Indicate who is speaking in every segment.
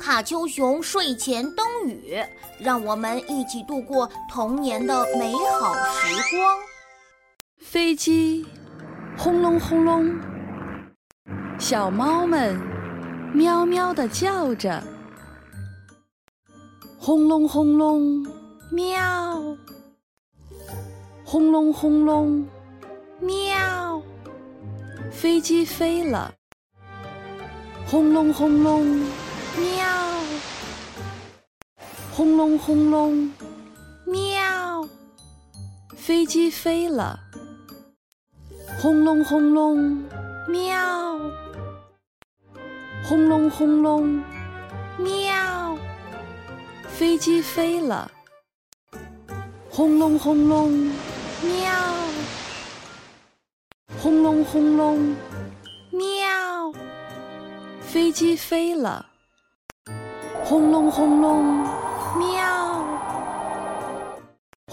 Speaker 1: 卡丘熊睡前灯语，让我们一起度过童年的美好时光。
Speaker 2: 飞机轰隆轰隆，小猫们喵喵地叫着，轰隆轰隆喵，轰隆轰隆喵，飞机飞了，轰隆轰隆喵，轰隆轰隆喵，飞机飞了。轰隆轰隆，喵！轰隆轰隆，喵！飞机飞了。轰隆轰隆，喵！轰隆轰隆，喵！飞机飞了。轰隆轰隆，喵！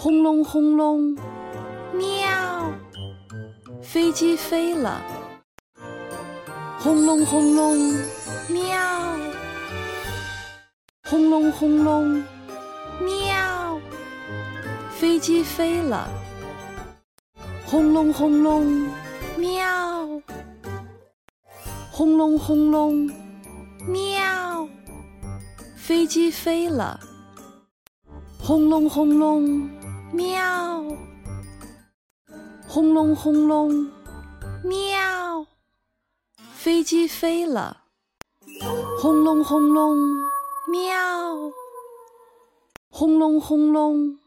Speaker 2: 轰隆轰隆，喵！飞机飞了，轰隆轰隆，喵！轰隆轰隆，喵！飞机飞了，轰隆轰隆，喵！轰隆轰隆，喵！飞机飞了，轰隆轰隆，喵！轰隆轰隆，喵！飞机飞了，轰隆轰隆，喵！轰隆轰隆，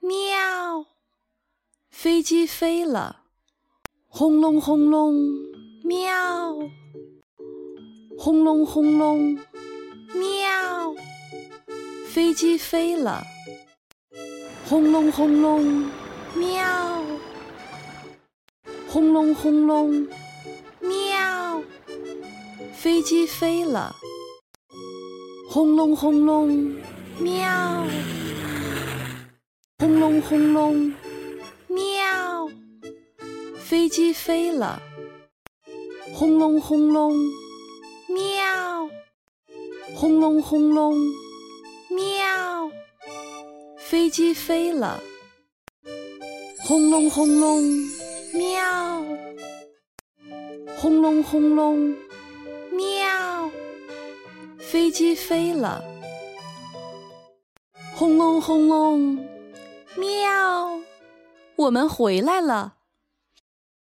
Speaker 2: 喵！飞机飞了，轰隆轰隆，喵！轰隆轰隆，喵！飞机飞了，轰隆轰隆，喵！轰隆轰隆，喵！飞机飞了，轰隆轰隆，喵！轰隆轰隆，喵！飞机飞了，轰隆轰隆，喵！轰隆轰隆，喵！飞机飞了，轰隆轰隆。喵！轰隆轰隆，喵！飞机飞了，轰隆轰隆，喵！我们回来了。